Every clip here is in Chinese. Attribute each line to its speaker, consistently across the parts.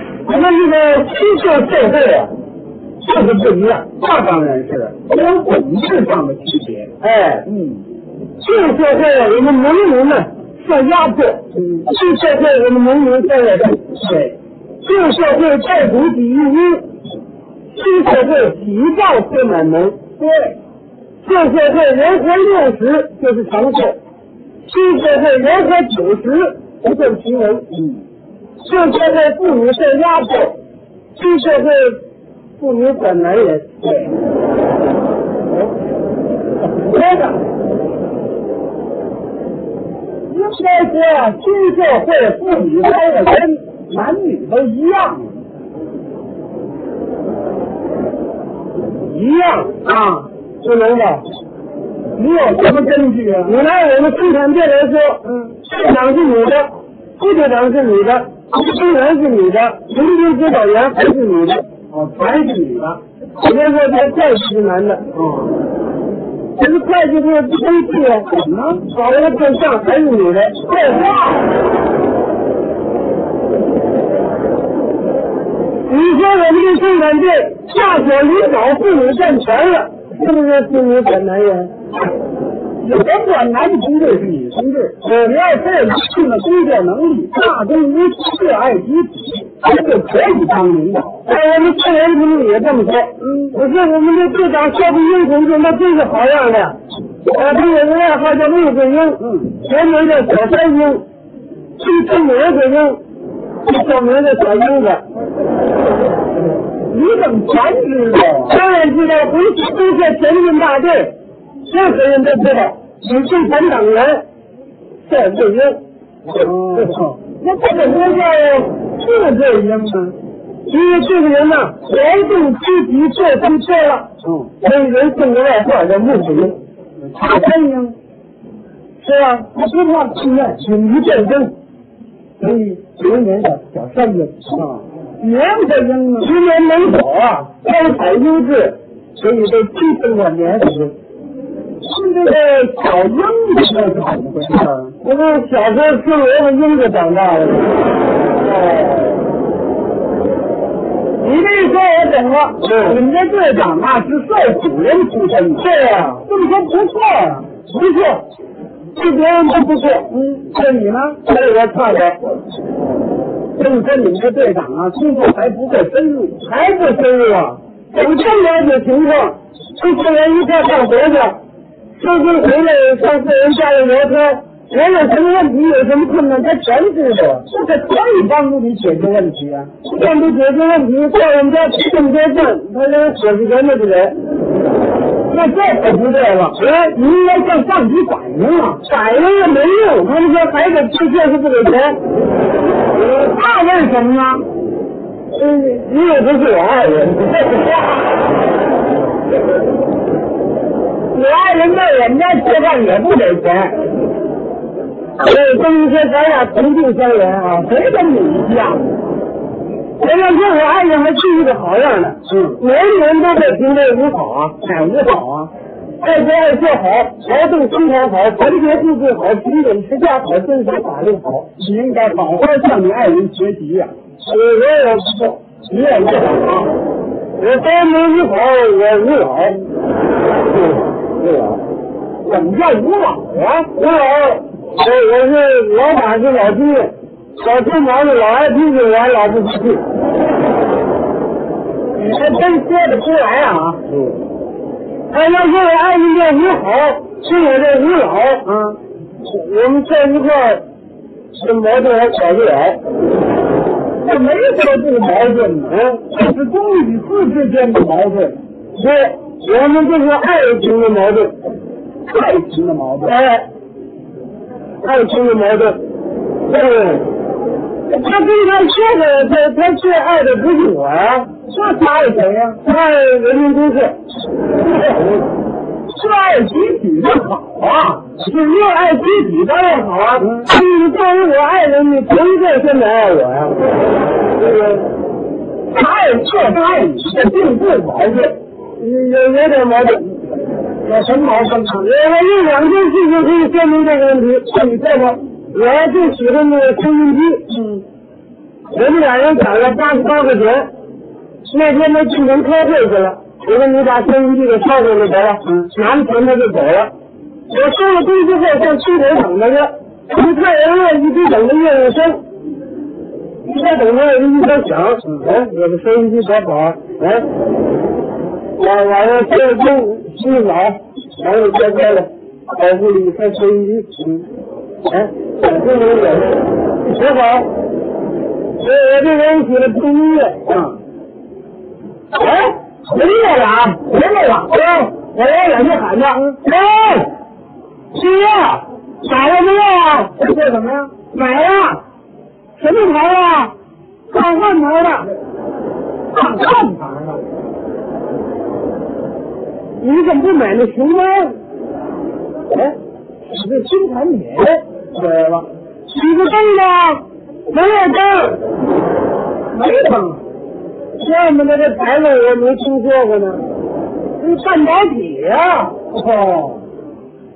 Speaker 1: 这个新旧社会啊，就是不一样。
Speaker 2: 那当然是了，没有本质上的区别。
Speaker 1: 哎，
Speaker 2: 嗯
Speaker 1: 旧社会我们农民呢受压迫，
Speaker 2: 嗯，
Speaker 1: 旧社会我们农民受压迫，
Speaker 2: 对，
Speaker 1: 旧社会债主抵御屋，新社会急躁推满门。
Speaker 2: 对，
Speaker 1: 旧社会人活六十就是长寿，新社会人活九十不见其人。
Speaker 2: 嗯
Speaker 1: 旧社会妇女受压迫，新社会妇女管男人。
Speaker 2: 对，
Speaker 1: 接着，应该说新社啊会妇女开的根，
Speaker 2: 男女都一样
Speaker 1: 一样啊，不能的。
Speaker 2: 你有什么根据啊？
Speaker 1: 你拿我们生产队来说，
Speaker 2: 嗯，
Speaker 1: 队长是女的，副队长是女的，队员是女的，民兵指导员还是女的。
Speaker 2: 哦，全是女的。
Speaker 1: 我先说这会计是男的，
Speaker 2: 哦，
Speaker 1: 可是会计是不规矩啊，
Speaker 2: 怎么了？
Speaker 1: 搞了个对象还是女的，废话。你说我们这生产队下属领导妇女占全了，是不是妇女管男人？
Speaker 2: 有的管男同志是女同志，
Speaker 1: 嗯
Speaker 2: 只要这有一定的工作能力，大公无私，热爱集体，他就可以当领导。
Speaker 1: 哎，我们这人怎么也这么说？
Speaker 2: 嗯
Speaker 1: 我说我们这队长肖桂英同志，那真是好样的。
Speaker 2: 呃
Speaker 1: 啊，他有个外号叫穆桂英，
Speaker 2: 嗯，
Speaker 1: 全名叫小三英，是这名桂英，这小名叫小英子。
Speaker 2: 你怎么全知道啊？
Speaker 1: 当然知道，回去都在前进大队，任何人都知道，你共产党员这桂英。
Speaker 2: 哦，
Speaker 1: 那这个名叫是桂英吗？因为这个人呢，劳动阶级做出错了。
Speaker 2: 嗯，
Speaker 1: 所以人送个外号叫穆桂英，
Speaker 2: 他真英，
Speaker 1: 是吧？
Speaker 2: 他不怕自愿，
Speaker 1: 勇于战争，所以人人的小三英。
Speaker 2: 啊，娘的英啊，
Speaker 1: 十年没走啊，高彩优质，所以被批评过年时。
Speaker 2: 是这个小英的时候是怎么回事儿？
Speaker 1: 我们小时候吃萝卜缨子长大的。你这一说我懂了，
Speaker 2: 你们这队长那是受苦人出身的，
Speaker 1: 对呀，
Speaker 2: 这么说不错啊呀。
Speaker 1: 不错，对别人都不错，
Speaker 2: 嗯，这你呢？
Speaker 1: 所以我差点，
Speaker 2: 这么说你们这队长啊，工作还不够深入。
Speaker 1: 还不深入啊？我们这么了解情况，跟社员一块干活去，收工回来上四人家里聊天，人有什么问题有什么困难，他全知道。
Speaker 2: 这个可以帮助你解决问题啊！
Speaker 1: 面对解决问题，啊到我们家吃顿顿饭，他连伙计员都不给。
Speaker 2: 那这可不对了，
Speaker 1: 哎，
Speaker 2: 你应该向上级反映啊！
Speaker 1: 反应也没用，他们说还得吃就是不给钱。
Speaker 2: 那为什么呢？
Speaker 1: 嗯，你也不是我爱人，
Speaker 2: 我爱人在我们家吃饭也不给钱，
Speaker 1: 所以邓医生咱俩同病相怜啊。
Speaker 2: 谁跟你一样？
Speaker 1: 前两天我爱人还去一个好样的，
Speaker 2: 嗯，
Speaker 1: 每个人都在评论五好啊，
Speaker 2: 哪不好啊？
Speaker 1: 爱国爱社好，劳动生产好，团结互助好，勤俭持家好，遵守法律好。
Speaker 2: 你应该好好向你爱人学习呀、
Speaker 1: 我我也不错，
Speaker 2: 你也不好啊！
Speaker 1: 我虽然没你好，我无脑。
Speaker 2: 对啊，怎么叫无脑啊？
Speaker 1: 我老，我我是老板是老弟，老出毛病老爱批评，我还老不服气。
Speaker 2: 你还真说得出来啊！
Speaker 1: 嗯，哎，要说我爱你这五好，是我这五老，
Speaker 2: 啊，
Speaker 1: 我们在一块儿，这矛盾还解不了。
Speaker 2: 这没什么不矛盾的，
Speaker 1: 嗯，
Speaker 2: 这是公与私之间的矛盾，
Speaker 1: 对，我们这是爱情的矛盾，
Speaker 2: 爱情的矛盾。
Speaker 1: 哎，爱情的矛盾，嗯。他跟他说的，他他最爱的不是我呀、
Speaker 2: 这是爱谁呀、
Speaker 1: 他爱人民公社。
Speaker 2: 这爱集体的好啊！
Speaker 1: 是热爱集体当然好啊，
Speaker 2: 嗯
Speaker 1: 但是你作为我爱人，你凭这些来爱我呀？这个
Speaker 2: 他爱这是爱你，这并不矛盾。
Speaker 1: 有有点矛盾。
Speaker 2: 有什么矛盾呢？
Speaker 1: 我还用两件事情可以说明这个问题。你再说，我就喜欢那个收音机，
Speaker 2: 嗯，
Speaker 1: 我们俩人攒了八十八块钱，那天他进城开会去了，我说你把收银机给抄回来得了，
Speaker 2: 嗯
Speaker 1: 拿着钱他就走了。我收了东西后上七楼等着去，一看人乐一直等着月月生，一边等着人一边想，哎，我的收音机多好，哎，我完了这中洗澡，完了乖乖的，在屋里看收音机，嗯，哎，我这人也挺好，我我这人喜欢听音乐，
Speaker 2: 啊，
Speaker 1: 哎，人来了啊，人来了，哎，我来远处喊着，哎，师呀，买了没有啊？
Speaker 2: 这是怎么样？
Speaker 1: 买呀，什么牌啊呀？汉汉牌的。
Speaker 2: 看看法啊！
Speaker 1: 你怎么不买那熊猫？
Speaker 2: 哎，你这新产品
Speaker 1: 哎，
Speaker 2: 对吧？
Speaker 1: 你个灯呢？没有灯，
Speaker 2: 没灯，
Speaker 1: 怪不得这牌子我没听说过呢。这半导体呀、
Speaker 2: 哦，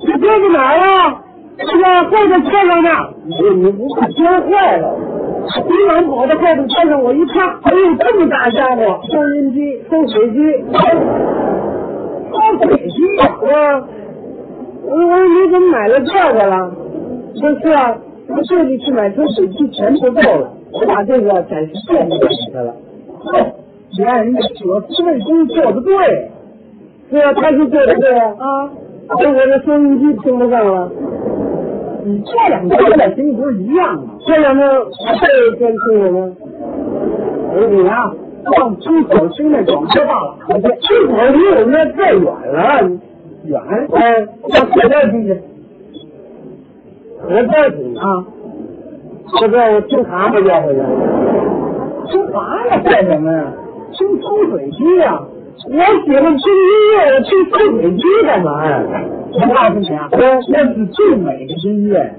Speaker 1: 你这是哪儿啊？这个后头车上呢，
Speaker 2: 你你不看
Speaker 1: 摔坏了。你往跑到后头车上，我一看，哎呦，这么大家伙，
Speaker 2: 收音机，
Speaker 1: 抽水机，
Speaker 2: 装水机呀？
Speaker 1: 啊，我我说你怎么买了这个了？说是啊，我这里去买抽水机钱不够了，我把这个展示店给买去了。
Speaker 2: 哼，
Speaker 1: 哦
Speaker 2: 你看人家舍思未公做的对
Speaker 1: 对啊，他是对的对啊。
Speaker 2: 啊！
Speaker 1: 这我这收音机听不上了。
Speaker 2: 你这两天的心不是一样吗？
Speaker 1: 这两天这一天听什么？
Speaker 2: 你啊，放出口听那广播大喇叭去，
Speaker 1: 这我离哎我们这太远
Speaker 2: 嗯
Speaker 1: 了。
Speaker 2: 远
Speaker 1: 哎，到河道听去。河道听啊，
Speaker 2: 啊，
Speaker 1: 这个我听蛤蟆叫回去。
Speaker 2: 听啥呀？干什么呀？听抽水机呀、
Speaker 1: 我喜欢听音乐，我听吹水机干嘛呀？
Speaker 2: 我告诉你啊，那是最美的音乐，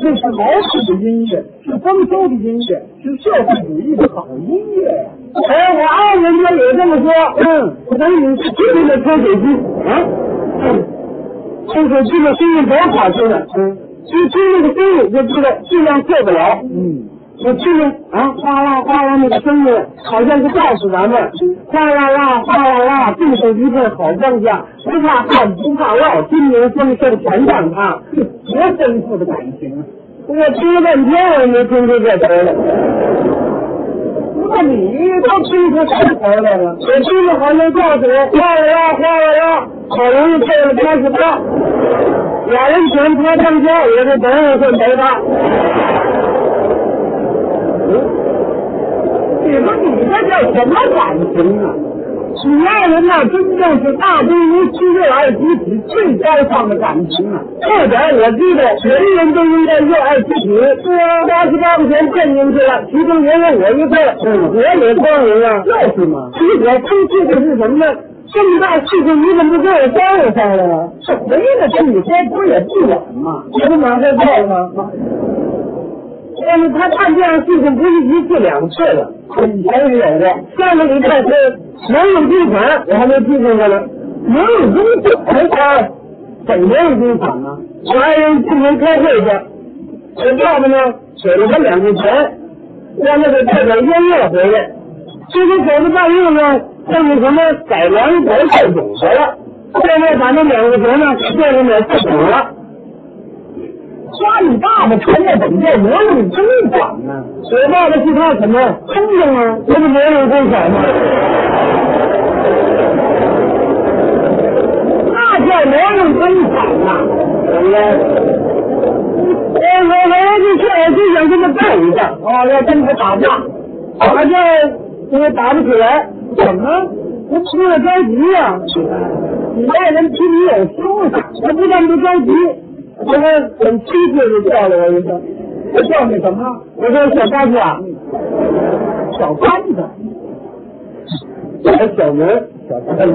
Speaker 2: 那是老土的音乐，是丰收的音乐，是社会主义的好音乐呀。
Speaker 1: 哎，我爱人家也这么说。
Speaker 2: 嗯，
Speaker 1: 我等你去听听那吹水机啊，吹水机的声音多好听啊！
Speaker 2: 嗯
Speaker 1: 一听那个声音就知道质量受不了。
Speaker 2: 嗯，
Speaker 1: 我听着啊，哗啦哗啦那个声音，好像是告诉咱们，哗啦啦哗啦啦，这是一份好庄稼，不怕旱不怕涝，今年丰收全仗它。
Speaker 2: 多丰富的感情啊！
Speaker 1: 我听了半天，我也没听出这词儿来。
Speaker 2: 那你都听出啥词来了？
Speaker 1: 我听着好像告诉我，哗啦啦哗啦啦，好容易挣了八十八，俩人全拍当家，也是等我算白发。嗯
Speaker 2: 你说你这叫什么感情啊？
Speaker 1: 你爱人那真正是大都无
Speaker 2: 这是爱集体最高尚的感情啊！
Speaker 1: 这点我知道，人人都应该热爱自己。对啊，八十八块钱骗进去了，其中也有我一份，
Speaker 2: 嗯
Speaker 1: 我也光荣啊。
Speaker 2: 就是嘛，
Speaker 1: 其实我生气的是什么呢？这么大事情，你怎么不给我商量商量啊？
Speaker 2: 这回来跟你说不是也不远吗？
Speaker 1: 这不马上到了吗？但是哎他干这样事情不是一次两次了，
Speaker 2: 以前也有过，
Speaker 1: 上个礼拜天没有地产，我还没记住过呢。没有公产，哎
Speaker 2: 怎么样公款呢？
Speaker 1: 我爱人今年开会去，我爸爸呢给了他两块钱，让他给带点烟叶回来。这个走了半路呢，看见什么改良国菜种子了，现在把那两块钱呢给变成点菜种了。
Speaker 2: 抓你爸爸传在本店，我有真管呢。
Speaker 1: 我爸爸是他什么冲动啊？这不没有公款吗？
Speaker 2: 那叫哪种真惨呐！
Speaker 1: 怎么了？我我我这事儿哎就想跟他办一下，啊
Speaker 2: 哦，要跟他打架，
Speaker 1: 打架我打不起来，
Speaker 2: 怎么？
Speaker 1: 我出了着急呀、
Speaker 2: 你爱人比你有修养，
Speaker 1: 他不但不着急，我还很亲切的叫了我一声，
Speaker 2: 这叫你什么？
Speaker 1: 我说小八子啊，
Speaker 2: 小班子。
Speaker 1: 我说小门，小八子，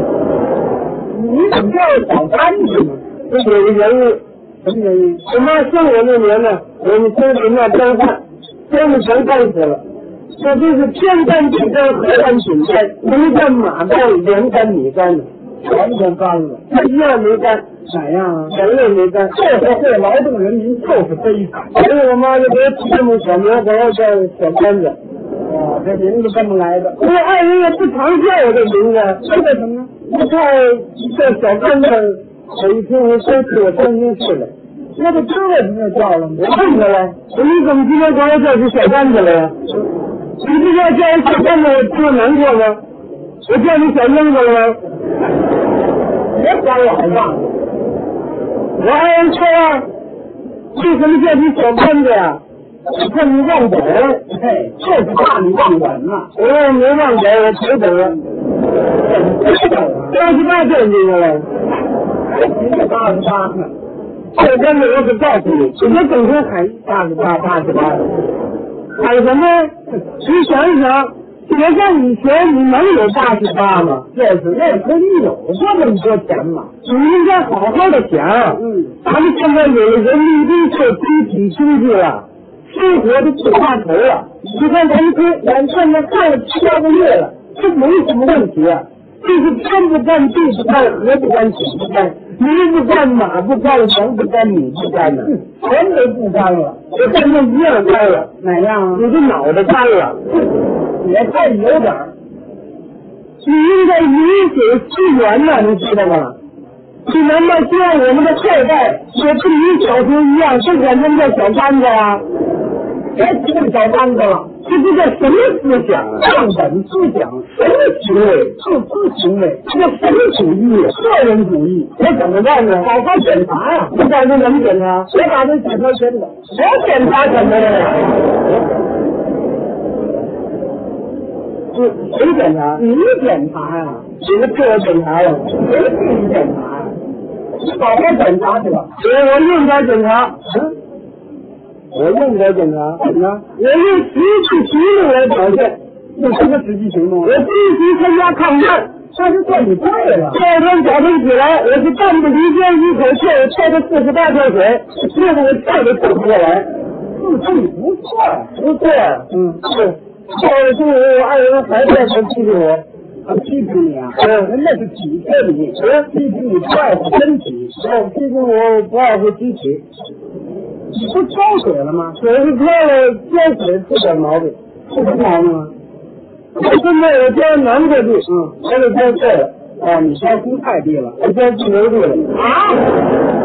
Speaker 2: 你怎么叫小班子呢？
Speaker 1: 这有个原因，
Speaker 2: 什么原因？
Speaker 1: 我妈生我那年呢，我们村里那干旱，庄稼全干死了。这真是天干地干，河干井干，驴干马干，粮干米干，
Speaker 2: 完全干了，
Speaker 1: 他一样没干，
Speaker 2: 哪样啊？
Speaker 1: 什么也没干。
Speaker 2: 这社会劳动人民就是悲惨。
Speaker 1: 所以我妈就给我起这么小名，我要叫小干子。
Speaker 2: 啊，这名字这么来的。
Speaker 1: 我哎爱人也不常叫我这名字，
Speaker 2: 这叫什么呢？
Speaker 1: 我看这小看看，我一听我说起我天津市来，
Speaker 2: 那就知为什么要叫了吗？
Speaker 1: 我问他了，我说你怎么今天管我叫起小干子来呀？你不叫叫我小干子，我听着难过吗？我叫你小英子了吗？
Speaker 2: 别管我好吧。
Speaker 1: 我爱人说，为什么叫你小干子呀？我看你忘本儿，
Speaker 2: 嘿，就是怕你忘本呐。
Speaker 1: 我要没忘本儿，我头本儿。二十八岁你了，
Speaker 2: 您这八十八呢？
Speaker 1: 这跟着我可告诉你，你们整天喊
Speaker 2: 八十八，八十八。
Speaker 1: 喊什么？你想一想，解放以前你能有八十八吗？
Speaker 2: 就是那时候你有这么多钱吗？
Speaker 1: 你应该好好的想，
Speaker 2: 嗯，
Speaker 1: 咱们现在有了人民币社集体经济了，生活都不怕愁了。你看咱们跟眼看着看了七八个月了，这没什么问题啊。就是天不干地不干河不干水不干驴不干马不干羊不干米不干呢，
Speaker 2: 嗯全都不干了，
Speaker 1: 这跟那一样干了，
Speaker 2: 哪样啊？
Speaker 1: 你的脑袋干了。
Speaker 2: 也太有点儿。
Speaker 1: 你应该饮水思源呐，你知道吗？你难道希望我们的后代也跟你小时候一样，都管他们叫小杆子啊？哎
Speaker 2: 别提这小单子了，
Speaker 1: 这这叫什么思想啊？
Speaker 2: 忘本思想，
Speaker 1: 什么行为？
Speaker 2: 自私行为，
Speaker 1: 这叫什么主义啊？
Speaker 2: 个人主义。
Speaker 1: 我怎么办呢？
Speaker 2: 好好检查呀、
Speaker 1: 你打算怎么检查？
Speaker 2: 谁把这检查全了？
Speaker 1: 我检查什么呀？谁检查？
Speaker 2: 你检查呀、
Speaker 1: 你们自我检查了？
Speaker 2: 谁替你检查呀、好好检查去吧。
Speaker 1: 我我用点检查，
Speaker 2: 嗯，
Speaker 1: 我用点检查，
Speaker 2: 怎么着？
Speaker 1: 我用实际行动来表现。
Speaker 2: 有什么实际行动啊
Speaker 1: 我？积极参加抗战，
Speaker 2: 那是算你对了
Speaker 1: 第。二天早晨起来，我是半步离间，一口气儿跳到四十八跳水，那个我跳都跳不过来。
Speaker 2: 自己不错呀、
Speaker 1: 不对，
Speaker 2: 嗯，
Speaker 1: 是，到中午我爱人还在说批评我，
Speaker 2: 他批评你啊，
Speaker 1: 嗯
Speaker 2: 人家是体贴你，人批评你不爱护身体，
Speaker 1: 我批评我不爱护机体，
Speaker 2: 你不烧水了吗？
Speaker 1: 水是喝了浇水不长毛病。
Speaker 2: 是什么毛病啊？
Speaker 1: 我现在我浇南瓜地，嗯，我给浇碎了，
Speaker 2: 哦，你烧蔬菜地了。
Speaker 1: 我浇地牛地了。
Speaker 2: 啊？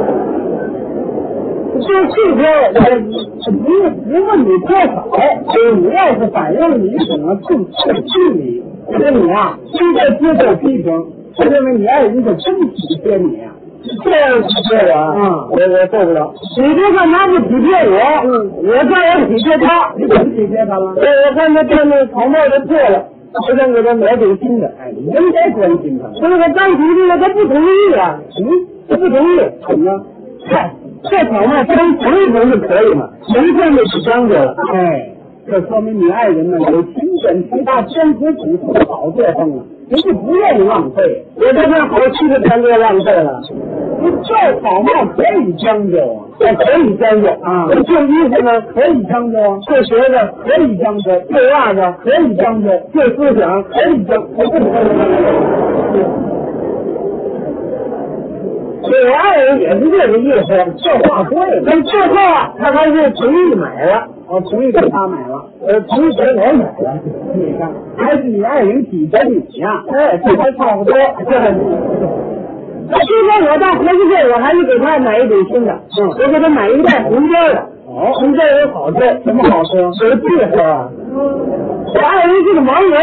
Speaker 1: 这这天我
Speaker 2: 不不问你多少，哎你要是反映了你什么自自去你，我说你啊，现在接受批评，我认为你爱人可真体贴你啊。
Speaker 1: 这样体贴我，
Speaker 2: 嗯
Speaker 1: 我我受不了。你这干嘛不体贴我？
Speaker 2: 嗯
Speaker 1: 我照样体贴他。
Speaker 2: 你怎么体贴他了？
Speaker 1: 我我看他穿那草帽都破了，我想给他买点新的。
Speaker 2: 哎，你应该关心他。
Speaker 1: 那个当徒弟的他不同意啊，
Speaker 2: 嗯，
Speaker 1: 他不同意。
Speaker 2: 怎么了？
Speaker 1: 嗨，这草帽穿缝一缝就可以了，没缝就起伤过了。
Speaker 2: 哎，这说明你爱人呢有勤俭持家、艰苦朴素的好作风啊，人家不愿意浪费。
Speaker 1: 我这件好吃的全给浪费了，
Speaker 2: 你这草帽可以将就啊，
Speaker 1: 我可以将就
Speaker 2: 啊
Speaker 1: 我旧衣服呢，
Speaker 2: 可以将就啊，
Speaker 1: 旧鞋子，
Speaker 2: 可以将就，
Speaker 1: 旧袜子，
Speaker 2: 可以将就，
Speaker 1: 旧思想，
Speaker 2: 可以将就。
Speaker 1: 我爱人也是这个意思。
Speaker 2: 这话对了，
Speaker 1: 那最后啊，他还是同意买了，
Speaker 2: 我同意给他买了。
Speaker 1: 呃，同意给我买了。
Speaker 2: 你看，还是你爱人体贴你啊呀、
Speaker 1: 哎，这还差不多。
Speaker 2: 这
Speaker 1: 那今天我到合适店，我还是给他买一顶新的。
Speaker 2: 嗯
Speaker 1: 我给他买一袋红椒的。
Speaker 2: 哦
Speaker 1: 红椒有好处，
Speaker 2: 什么好说？
Speaker 1: 有治喝啊。我爱人是个盲人，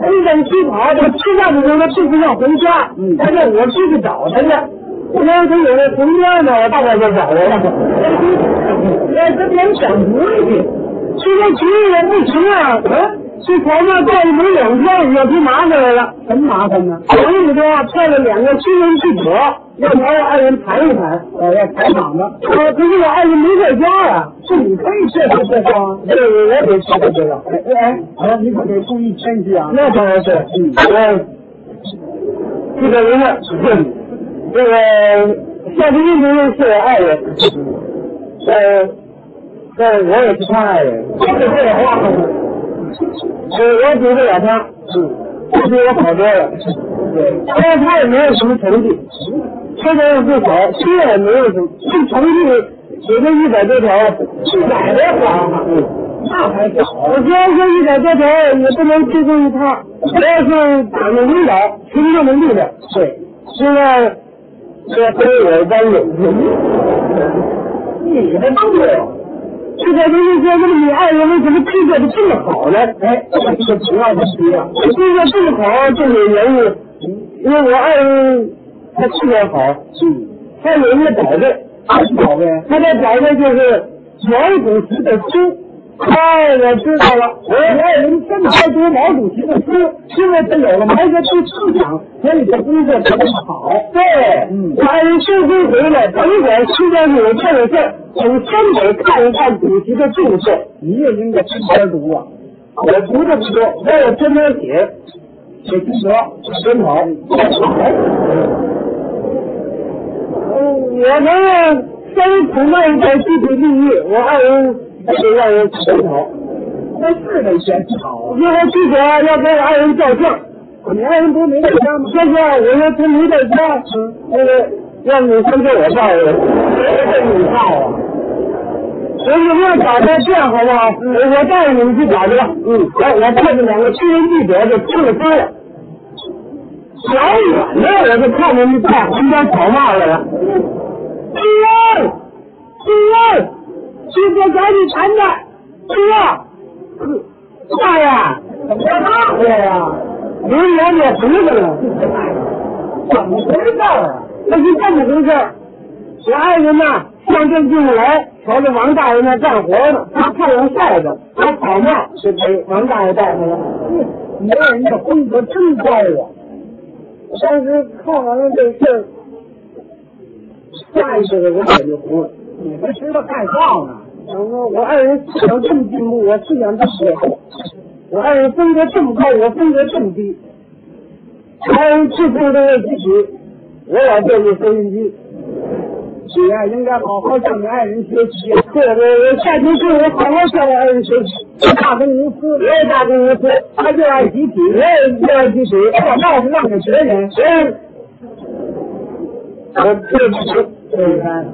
Speaker 1: 他一整吃跑，他吃饭的时候他吃不上红虾，
Speaker 2: 嗯
Speaker 1: 他叫我出去找他去。我说他有那红椒呢，我到外边找来了。 那跟人想主意去，今天主意了不行啊，嗯，去床上带一没两天，惹出麻烦来了。
Speaker 2: 什么麻烦呢？
Speaker 1: 我跟你说啊，派了两个新人记者，要找我爱人谈一谈。
Speaker 2: 哎我要采访的，
Speaker 1: 呃，可是我爱人没在家呀、
Speaker 2: 是你可以介绍介绍啊。
Speaker 1: 这个哎我得去这个。
Speaker 2: 哎哎，哎，你可得注意谦虚啊。
Speaker 1: 那当然是，
Speaker 2: 嗯
Speaker 1: 我这个人呢，这个夏志运同志是我爱人，呃，但我也是他爱人，
Speaker 2: 这个废话吗？
Speaker 1: 我呃我比不了他，
Speaker 2: 嗯，
Speaker 1: 他比我好多了，
Speaker 2: 对，
Speaker 1: 但是他也没有什么成绩，车间也不少，虽然也没有什么，这成绩也就一百多条，
Speaker 2: 哪个好啊？
Speaker 1: 嗯，
Speaker 2: 他那才屌啊
Speaker 1: 我！虽然说一百多条也不能推动一套，主要是打的领导，群众能力的。
Speaker 2: 对，
Speaker 1: 现在这都有人帮助，
Speaker 2: 你
Speaker 1: 哎
Speaker 2: 的都对了。
Speaker 1: 这才就是说，这个你爱人为什么推荐的这么好呢？
Speaker 2: 哎，这个是主要的题啊。
Speaker 1: 推荐这么好，这个原因，因为我爱人他质量好，
Speaker 2: 嗯，
Speaker 1: 他有一个宝贝，
Speaker 2: 还好呗。
Speaker 1: 他的宝贝就是毛主席的书。哎，我知道了，
Speaker 2: 我爱人这么爱读毛主席的书，因为他有了毛泽东思想，所以他工作才这么好。
Speaker 1: 对，
Speaker 2: 嗯
Speaker 1: 我爱人收工回来，甭管时间有这个事儿，总先得看一看主席的注释。
Speaker 2: 你也应该天天读啊，
Speaker 1: 我读的不多，但我天天写，
Speaker 2: 写心得，
Speaker 1: 真好。嗯，我们相处论在具体利益，我爱人得让人检讨。
Speaker 2: 那是得写好啊。
Speaker 1: 因为记者要给我爱人照相，
Speaker 2: 你爱人不是没在家吗？
Speaker 1: 现在我说他没在家，那个让女生给我照的，
Speaker 2: 谁给你照啊？
Speaker 1: 我有没有打算这样好不好？我我带着你们去找去吧。嗯，哎，我看见两个新闻记者就出了声了，老远的我就看见那在旁边吵骂来了。第二，第二，记者赶紧谈谈。第二，大爷，
Speaker 2: 怎么骂我
Speaker 1: 哎
Speaker 2: 呀？
Speaker 1: 您连我胡子了。
Speaker 2: 怎么回事儿啊？
Speaker 1: 那是这么回事儿，我爱人呐上镇进不来，瞧着王大爷那干活呢，他太阳晒着，他跑嘛就给王大爷带回来。
Speaker 2: 你爱人的风格真高啊！
Speaker 1: 当时看完了这事儿，下意识的我脸就红了。
Speaker 2: 你还知道盖造呢？
Speaker 1: 我说我爱人思想这么进步，我思想这么落后，我爱人风格这么高，我风格这么低，爱人处处都为自己，我老惦记收音机。
Speaker 2: 你呀，应该好好向你爱人学习啊。
Speaker 1: 对，我我下决心，我好好向我爱人学习。
Speaker 2: 大公无
Speaker 1: 我
Speaker 2: 私，
Speaker 1: 也大公无私，
Speaker 2: 他就爱集体，
Speaker 1: 我也不爱积水，
Speaker 2: 把帽子让给别人。
Speaker 1: 所以，我对不起，
Speaker 2: 你看，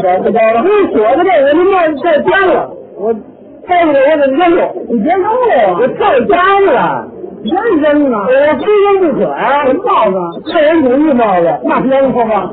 Speaker 1: 舍不得了。你舍不得，我就面在家了，我带着我怎么扔了？
Speaker 2: 你别弄我
Speaker 1: 我在家了，
Speaker 2: 别扔啊！
Speaker 1: 我非扔不可呀！
Speaker 2: 什么帽子？
Speaker 1: 这人同意帽子，
Speaker 2: 那边子吧，